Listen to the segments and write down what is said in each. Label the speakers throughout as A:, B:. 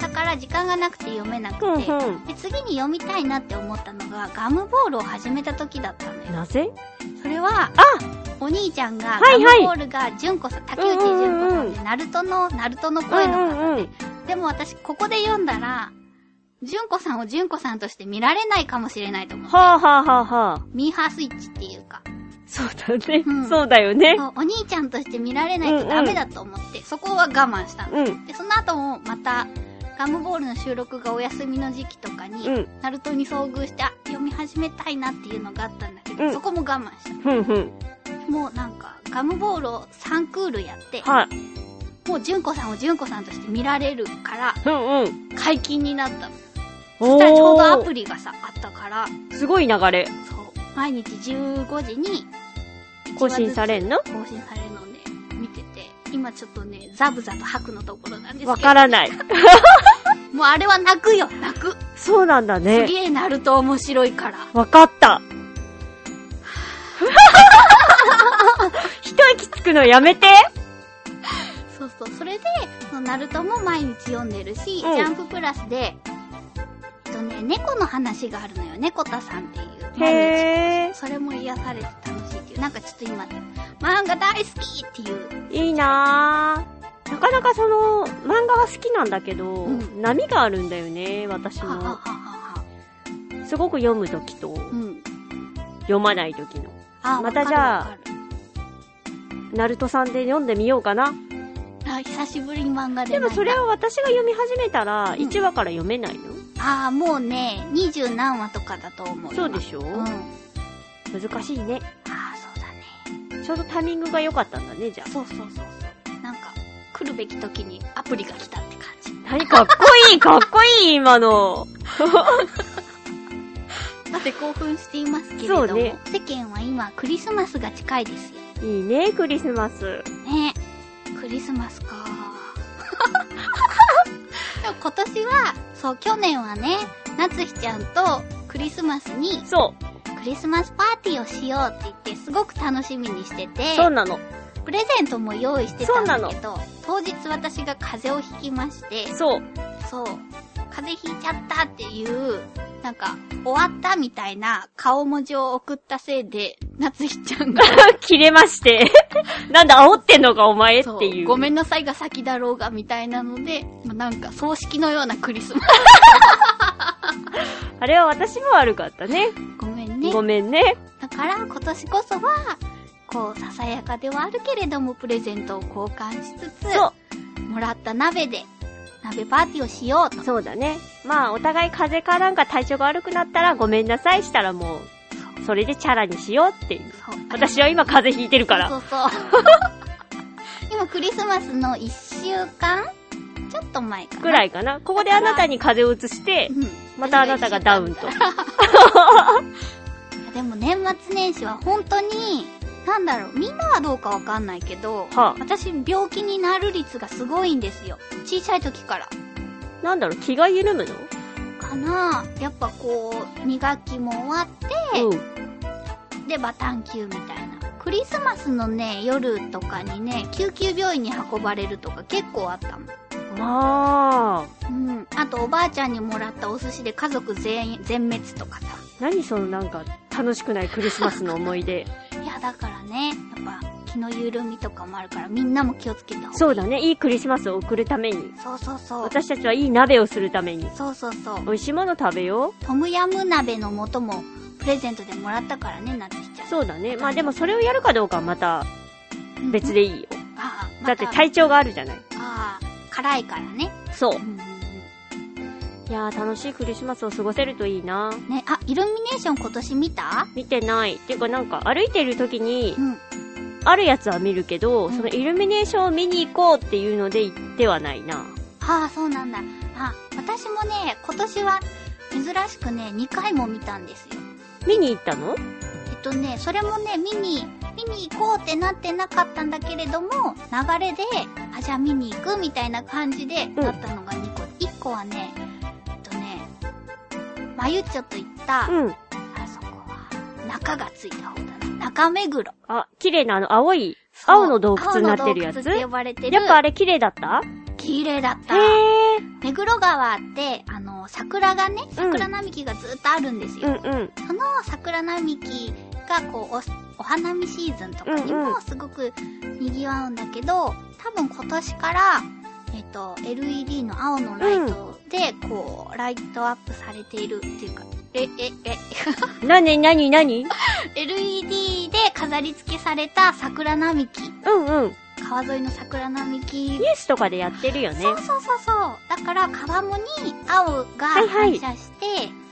A: だから時間がなくて読めなくて。
B: うんうん。
A: で、次に読みたいなって思ったのが、ガムボールを始めた時だったのよ。
B: なぜ
A: それは、
B: あ
A: お兄ちゃんが、
B: はいはい
A: ガムボールが、純子さん、竹内純子さんで、ナルトの、ナルトの声の方で、
B: うんうんうん
A: でも私、ここで読んだら、純子さんを純子さんとして見られないかもしれないと思う。
B: はあはあはあはあ。
A: ミーハースイッチっていうか、
B: そうだね。
A: うん
B: そうだよね。
A: そうお兄ちゃんとして見られないとダメだと思って、そこは我慢したの。
B: うん。
A: で、その後もまた、ガムボールの収録がお休みの時期とかに、
B: うん。
A: ナルトに遭遇して、あ、読み始めたいなっていうのがあったんだけど、
B: うん
A: そこも我慢し
B: ふんふん。
A: た。もうなんか、ガムボールを3クールやって、
B: はい。
A: もう純子さんを純子さんとして見られるから、
B: うんうん。
A: 解禁になったの。そし
B: お
A: たらちょうどアプ
B: リ。
A: リがさ、あったから、
B: すごい流れ。
A: そう、毎日15時に、
B: 更新されんの
A: 更新されるので、見てて、今ちょっとね、ザブザブ吐くのところなんですけど。
B: わからない。
A: もうあれは泣くよ、泣く。
B: そうなんだ
A: す
B: ね。
A: げえなると面白いから。
B: わかった。一息つくのやめて。
A: そうそう。それで、そのナルトも毎日読んでるし、
B: うん
A: ジャンププラスで、えっとね、猫の話があるのよ。猫田さんっていう。毎日。
B: へえ。
A: それも癒されて楽しいっていう。なんかちょっと今、漫画大好きっていう。
B: いいなぁ。なかなかその、漫画は好きなんだけど、
A: うん
B: 波があるんだよね、私
A: はははは
B: も。
A: は。
B: すごく読むときと、
A: うん。
B: 読まないときの。
A: あ、
B: またじゃあ
A: わかるわか
B: ナルトさんで読んでみようかな。
A: るあ、久しぶりに漫画で
B: でもそれ
A: は。
B: は私が読み始めたら、
A: うん
B: 1話から読めないの、
A: あー、もうね、二十何話とかだと思う。
B: そうで
A: ょ。
B: しょ、
A: うん。あ
B: 難しいね。
A: ー、そうだね。
B: ちょうどタイミングが良かったんだね、じゃ
A: そうそうそうそう。なんか、来るべき時にアプリが来たって感じ。
B: あ。はい、かっこいい、かっこいい、今の。
A: さて興奮していますけれども、
B: そうね
A: 世間は今クリスマスが近いですよ
B: いいね、クリスマス。
A: ねクリスマス かでも今年はそう去年はね夏日ちゃんとクリスマスに
B: そ
A: クリスマスパーティーをしようって言ってすごく楽しみにしてて
B: う、そうなの。
A: プレゼントも用意してたんだけど当日私が風邪をひきまして
B: そう。
A: そう風邪ひいちゃったっていうなんか終わったみたいな顔文字を送ったせいで夏日ちゃん が
B: 切れまして。 なんだ、煽ってんのか、お前っ
A: そう
B: ていう。
A: ごめんなさいが先だろうがみたいなので、まあ、なんか葬式のようなクリスマ ス。
B: あれは私も悪かったね。
A: ごめんね
B: ご。めんね。
A: だから今年こそは、こう、ささやかではあるけれども、プレゼントを交換しつ
B: そ
A: つ、もらった鍋で、鍋パーティーをしようと
B: う。。そうだね。まあ、お互い風邪かなんか体調が悪くなったら、ごめんなさいしたらもう、それでチャラにしようっていう。
A: そう。
B: 私は今風邪ひいてるから。
A: そうそうそう。 今クリスマスの1週間ちょっと前かな。
B: くらいかな。ここであなたに風邪を移して
A: う、ん。
B: またあなたがダウンと。
A: いやでも年末年始は本当に、なんだろう、みんなはどうかわかんないけど、
B: はあ
A: 私病気になる率がすごいんですよ。小さい時から。
B: なんだろう、気が緩むの
A: かなあやっぱこう、2学期も終わっ
B: うん。
A: て、で、バタン級みたいな。クリスマスのね、夜とかにね、救急病院に運ばれるとか結構あったの。
B: まあ、
A: うん。あと、おばあちゃんにもらったお寿司で家族全員、全滅とかさ。
B: 何そのなんか、楽しくないクリスマスの思い出。
A: いや、だからね、やっぱ気の緩みとかもあるから、みんなも気をつけた方がいい。
B: そうだね、いいクリスマスを送るために。
A: そうそうそう。
B: 私たちはいい鍋をするために。
A: そうそうそう。
B: 美味しいもの食べよ
A: トムヤム鍋の素もプレゼントでもらったからね、なってきちゃ
B: う。
A: ん。
B: そうだね。まあでもそれをやるかどうかはまた
A: うん
B: 別。でいいよ。
A: ああ、
B: だって体調があるじゃない。
A: またああ、辛いからね。
B: そう
A: う。んうん
B: いやー楽しいクリスマスを過ごせるといいな。
A: うんね、あ、イルミネーション今年見た
B: 見てない。っていうかなんか歩いてる時に
A: う、ん。
B: あるやつは見るけど、
A: うん
B: そのイルミネーションを見に行こうっていうので行ってはないな。
A: ああ、そうなんだ。あ、私もね、今年は珍しくね、2回も見たんですよ。
B: 見に行ったの
A: えっとね、それもね、見に、見に行こうってなってなかったんだけれども、流れで、あ、じゃあ見に行くみたいな感じで、
B: ん
A: なったのが2個。1個はね、えっとね、まゆっちょと行った、
B: うん。
A: あそこは、中がついた方だな。中目黒。
B: あ、綺麗なあの青い、
A: そう
B: 青の洞窟になってるやつ
A: 青の洞窟って呼ばれてる。
B: やっぱあれ綺麗だった
A: 綺麗だった
B: へ。え。
A: 目黒川って、あの、桜がね、桜並木がずっとあるんですよ。
B: うんうん。
A: その桜並木がこうおお花見シーズンとかに
B: うんう
A: もすごく賑わうんだけど、多分今年からえっと、LED の青のライトで、こう、ライトアップされているっていうか、え、え、え、
B: なになになに
A: LED で飾り付けされた桜並木。
B: うんうん。
A: 川沿いの桜並木。
B: ニュースとかでやってるよね。
A: そうそうそうそう。だから、川面に青が
B: はいは
A: 反
B: い
A: 射して、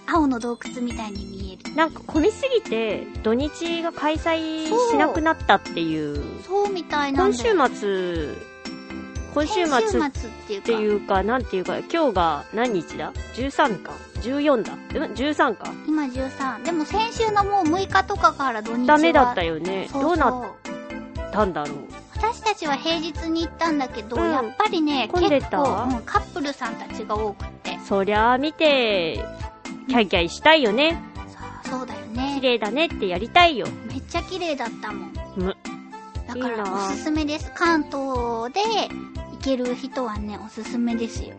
A: 青の洞窟みたいに見える。
B: なんか混みすぎて、土日が開催しなくなったっていう。
A: そうみたいなん
B: 今
A: だ
B: 週
A: よ。
B: 末、今週
A: 先
B: 末っ
A: 週末っていう
B: て
A: か。
B: いうか、なんていうか、今日が何日だ ?13 か ?14 だうん ?13 か
A: 今13。でも先週のもう6日とかから土日は
B: ダメだったよね。
A: そう
B: ど
A: そう
B: うなったんだろう。
A: 私たちは平日に行ったんだけど、
B: うん
A: やっぱりね、
B: 混んで
A: 結
B: た
A: 構、うんカップルさんたちが多くって。
B: そりゃあ見て、キャイキャイしたいよね。
A: そうそうだよ
B: 綺
A: ね。
B: 麗だねってやりたいよ。
A: めっちゃ綺麗だったもん。
B: む
A: だか
B: いいな
A: らおすすめです。関東で行ける人はね、おすすめですよ。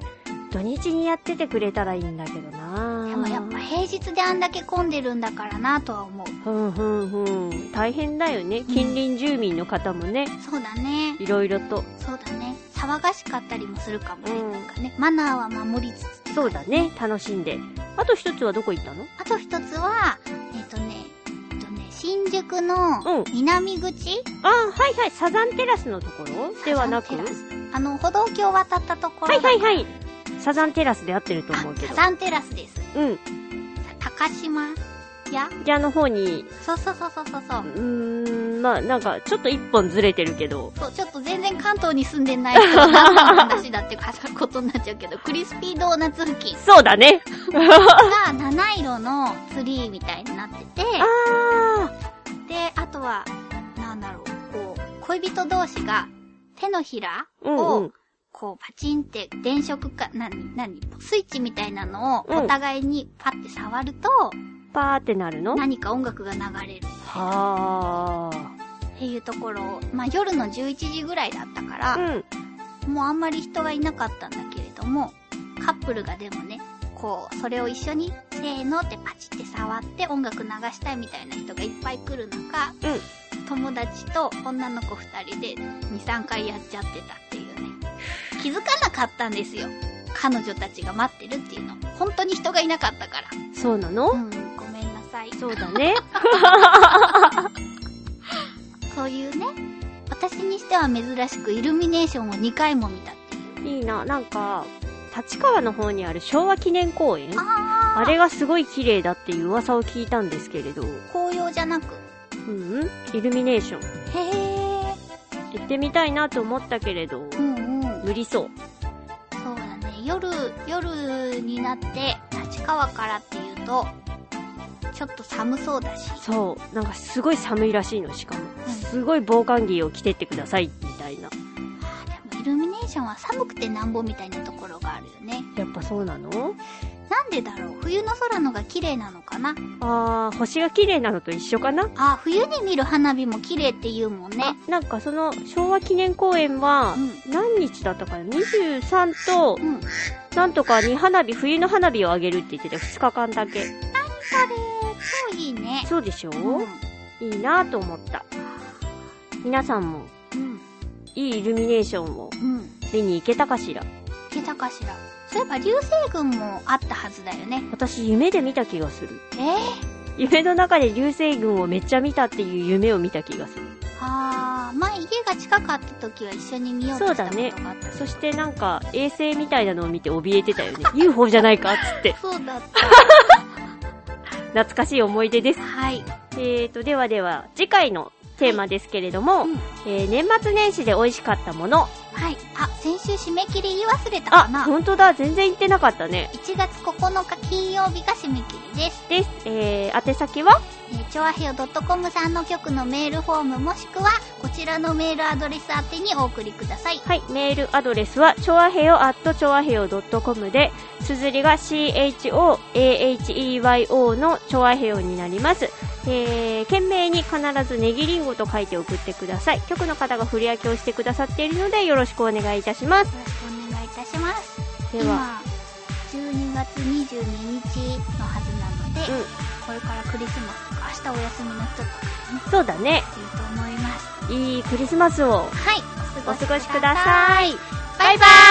B: 土日にやっててくれたらいいんだけどな
A: でもやっぱ平日であんだけ混んでるんだからなとは思う。
B: ふんふんふん。大変だよね。近隣住民の方もね、
A: そうだね。
B: いろいろと。
A: そうだね。騒がしかったりもするかもね。
B: うん
A: なんかね、マナーは守りつつ。
B: そうだね。楽しんで。あと一つはどこ行ったの
A: あと一つは、えっ、とね、えっ、とね、新宿の
B: うん
A: 南口、
B: あーはいはい。サザンテラスのところではなく。
A: サザン
B: は
A: テラスあの、歩道橋を渡ったところ。
B: いはいはい。サザンテラスで合ってると
A: あ
B: 思うけ
A: サ
B: ど。
A: ザンテラスです。
B: うん。
A: 高島屋
B: じゃあの方に、
A: そうそうそうそうそうそうう。
B: ーん、まあなんか、ちょっと一本ずれてるけど。
A: そう、ちょっと全然関東に住んでない人が話だってことになっちゃう けど、クリスピードーナツ付近
B: そうだね。
A: が七色のツリーみたいになってて、
B: あ
A: で、あとは、なんだろう、こう、恋人同士が手のひら
B: ー。うんう
A: を
B: ん。
A: こうパチンって電飾か、なに、なに、スイッチみたいなのを
B: うん
A: お互いにパッて触ると、
B: パーってなるの
A: 何か音楽が流れる
B: は
A: っていうところを、まあ夜の11時ぐらいだったか
B: あ。う
A: ら、
B: ん。
A: もうあんまり人はいなかったんだけれども、カップルがでもね、こう、それを一緒に、せーのってパチって触って音楽流したいみたいな人がいっぱい来る中、友達と女の子2人で2、3回やっちゃってたっていうね。気づかなかったんですよ。彼女たちが待ってるっていうの。本当に人がいなかったから。
B: そうなの、
A: うん、ごめんなさい。
B: そうだね。
A: そういうね、私にしては珍しくイルミネーションを2回も見たっていう。
B: いいな。なんか、立川の方にある昭和記念公園
A: あ
B: あれがすごい綺麗だっていう噂を聞いたんですけれど。う
A: 紅葉じゃなく。
B: ん、うん、イルミネーション。
A: へえ。
B: 行ってみたいなと思ったけれど、
A: うんうん。
B: 無理そう。
A: そうだね。夜、夜になって、立川からっていうと、ちょっと寒そうだし。
B: そう。なんかすごい寒いらしいの、しかも。すごい防寒着を着てってください、みたいな。
A: でもイルミネーションは寒くてなんぼみたいなところがあるよね。
B: やっぱそうなの
A: なんでだろう冬の空のが綺麗なのかな
B: あー、星が綺麗なのと一緒かな
A: あ、冬に見る花火も綺麗って言うもんね。
B: なんかその昭和記念公園は
A: う、ん。
B: 何日だったかな ?23 と、
A: うん。そ
B: なんとかに花火、冬の花火をあげるって言ってた2日間だけ。
A: れ、超いいね。
B: そうでしょ、
A: うん。
B: いいなと思った。皆さんも、
A: うん。
B: いいイルミネーションを
A: うん。
B: 見に行けたかしら
A: いけたかしら。そういえば流星群もあったはずだよね。
B: 私、夢で見た気がする。
A: えー、
B: 夢の中で流星群をめっちゃ見たっていう夢を見た気がする。
A: あー、まあ家が近かった時は一緒に見ようとしたことがあった
B: そしてなんか、衛星みたいなのを見て怯えてたよね。UFO じゃないかっつって。
A: そうだっ
B: 懐かしい思い出です
A: た。。はい。
B: えーと、ではでは、次回のテーマですけれども、
A: うん
B: えー年末年始で美味しかったもの。
A: はい。あ、先週締め切り言い忘れたか
B: あ、
A: な
B: 本当だ、全然言ってなかったね。
A: 1月9日金曜日が締め切りです。
B: です。えー、宛先は
A: えー、ちょわへよ .com さんの局のメールフォームもしくは、こちらのメールアドレス宛てにお送りください。
B: はい、メールアドレスは、ちょあへよ at ちょあへよ .com で、綴りが CHOAHEYO のちょあへよになります。えー、懸命に必ずネギリンゴと書いて送ってください。局の方が振り分けをしてくださっているので、よろしくお願いいたします。
A: よろしくお願いいたします。
B: では、
A: 今、12月22日のはずなので、
B: うん
A: これからクリスマスとか、明日お休みの人とかね、
B: そうだね。
A: いると思います。
B: いいクリスマスを
A: はい。お
B: お
A: 過
B: 過
A: ご
B: ご
A: し
B: し
A: く
B: く
A: だ
B: だ
A: さ
B: さ
A: い。
B: い。
A: バイバイ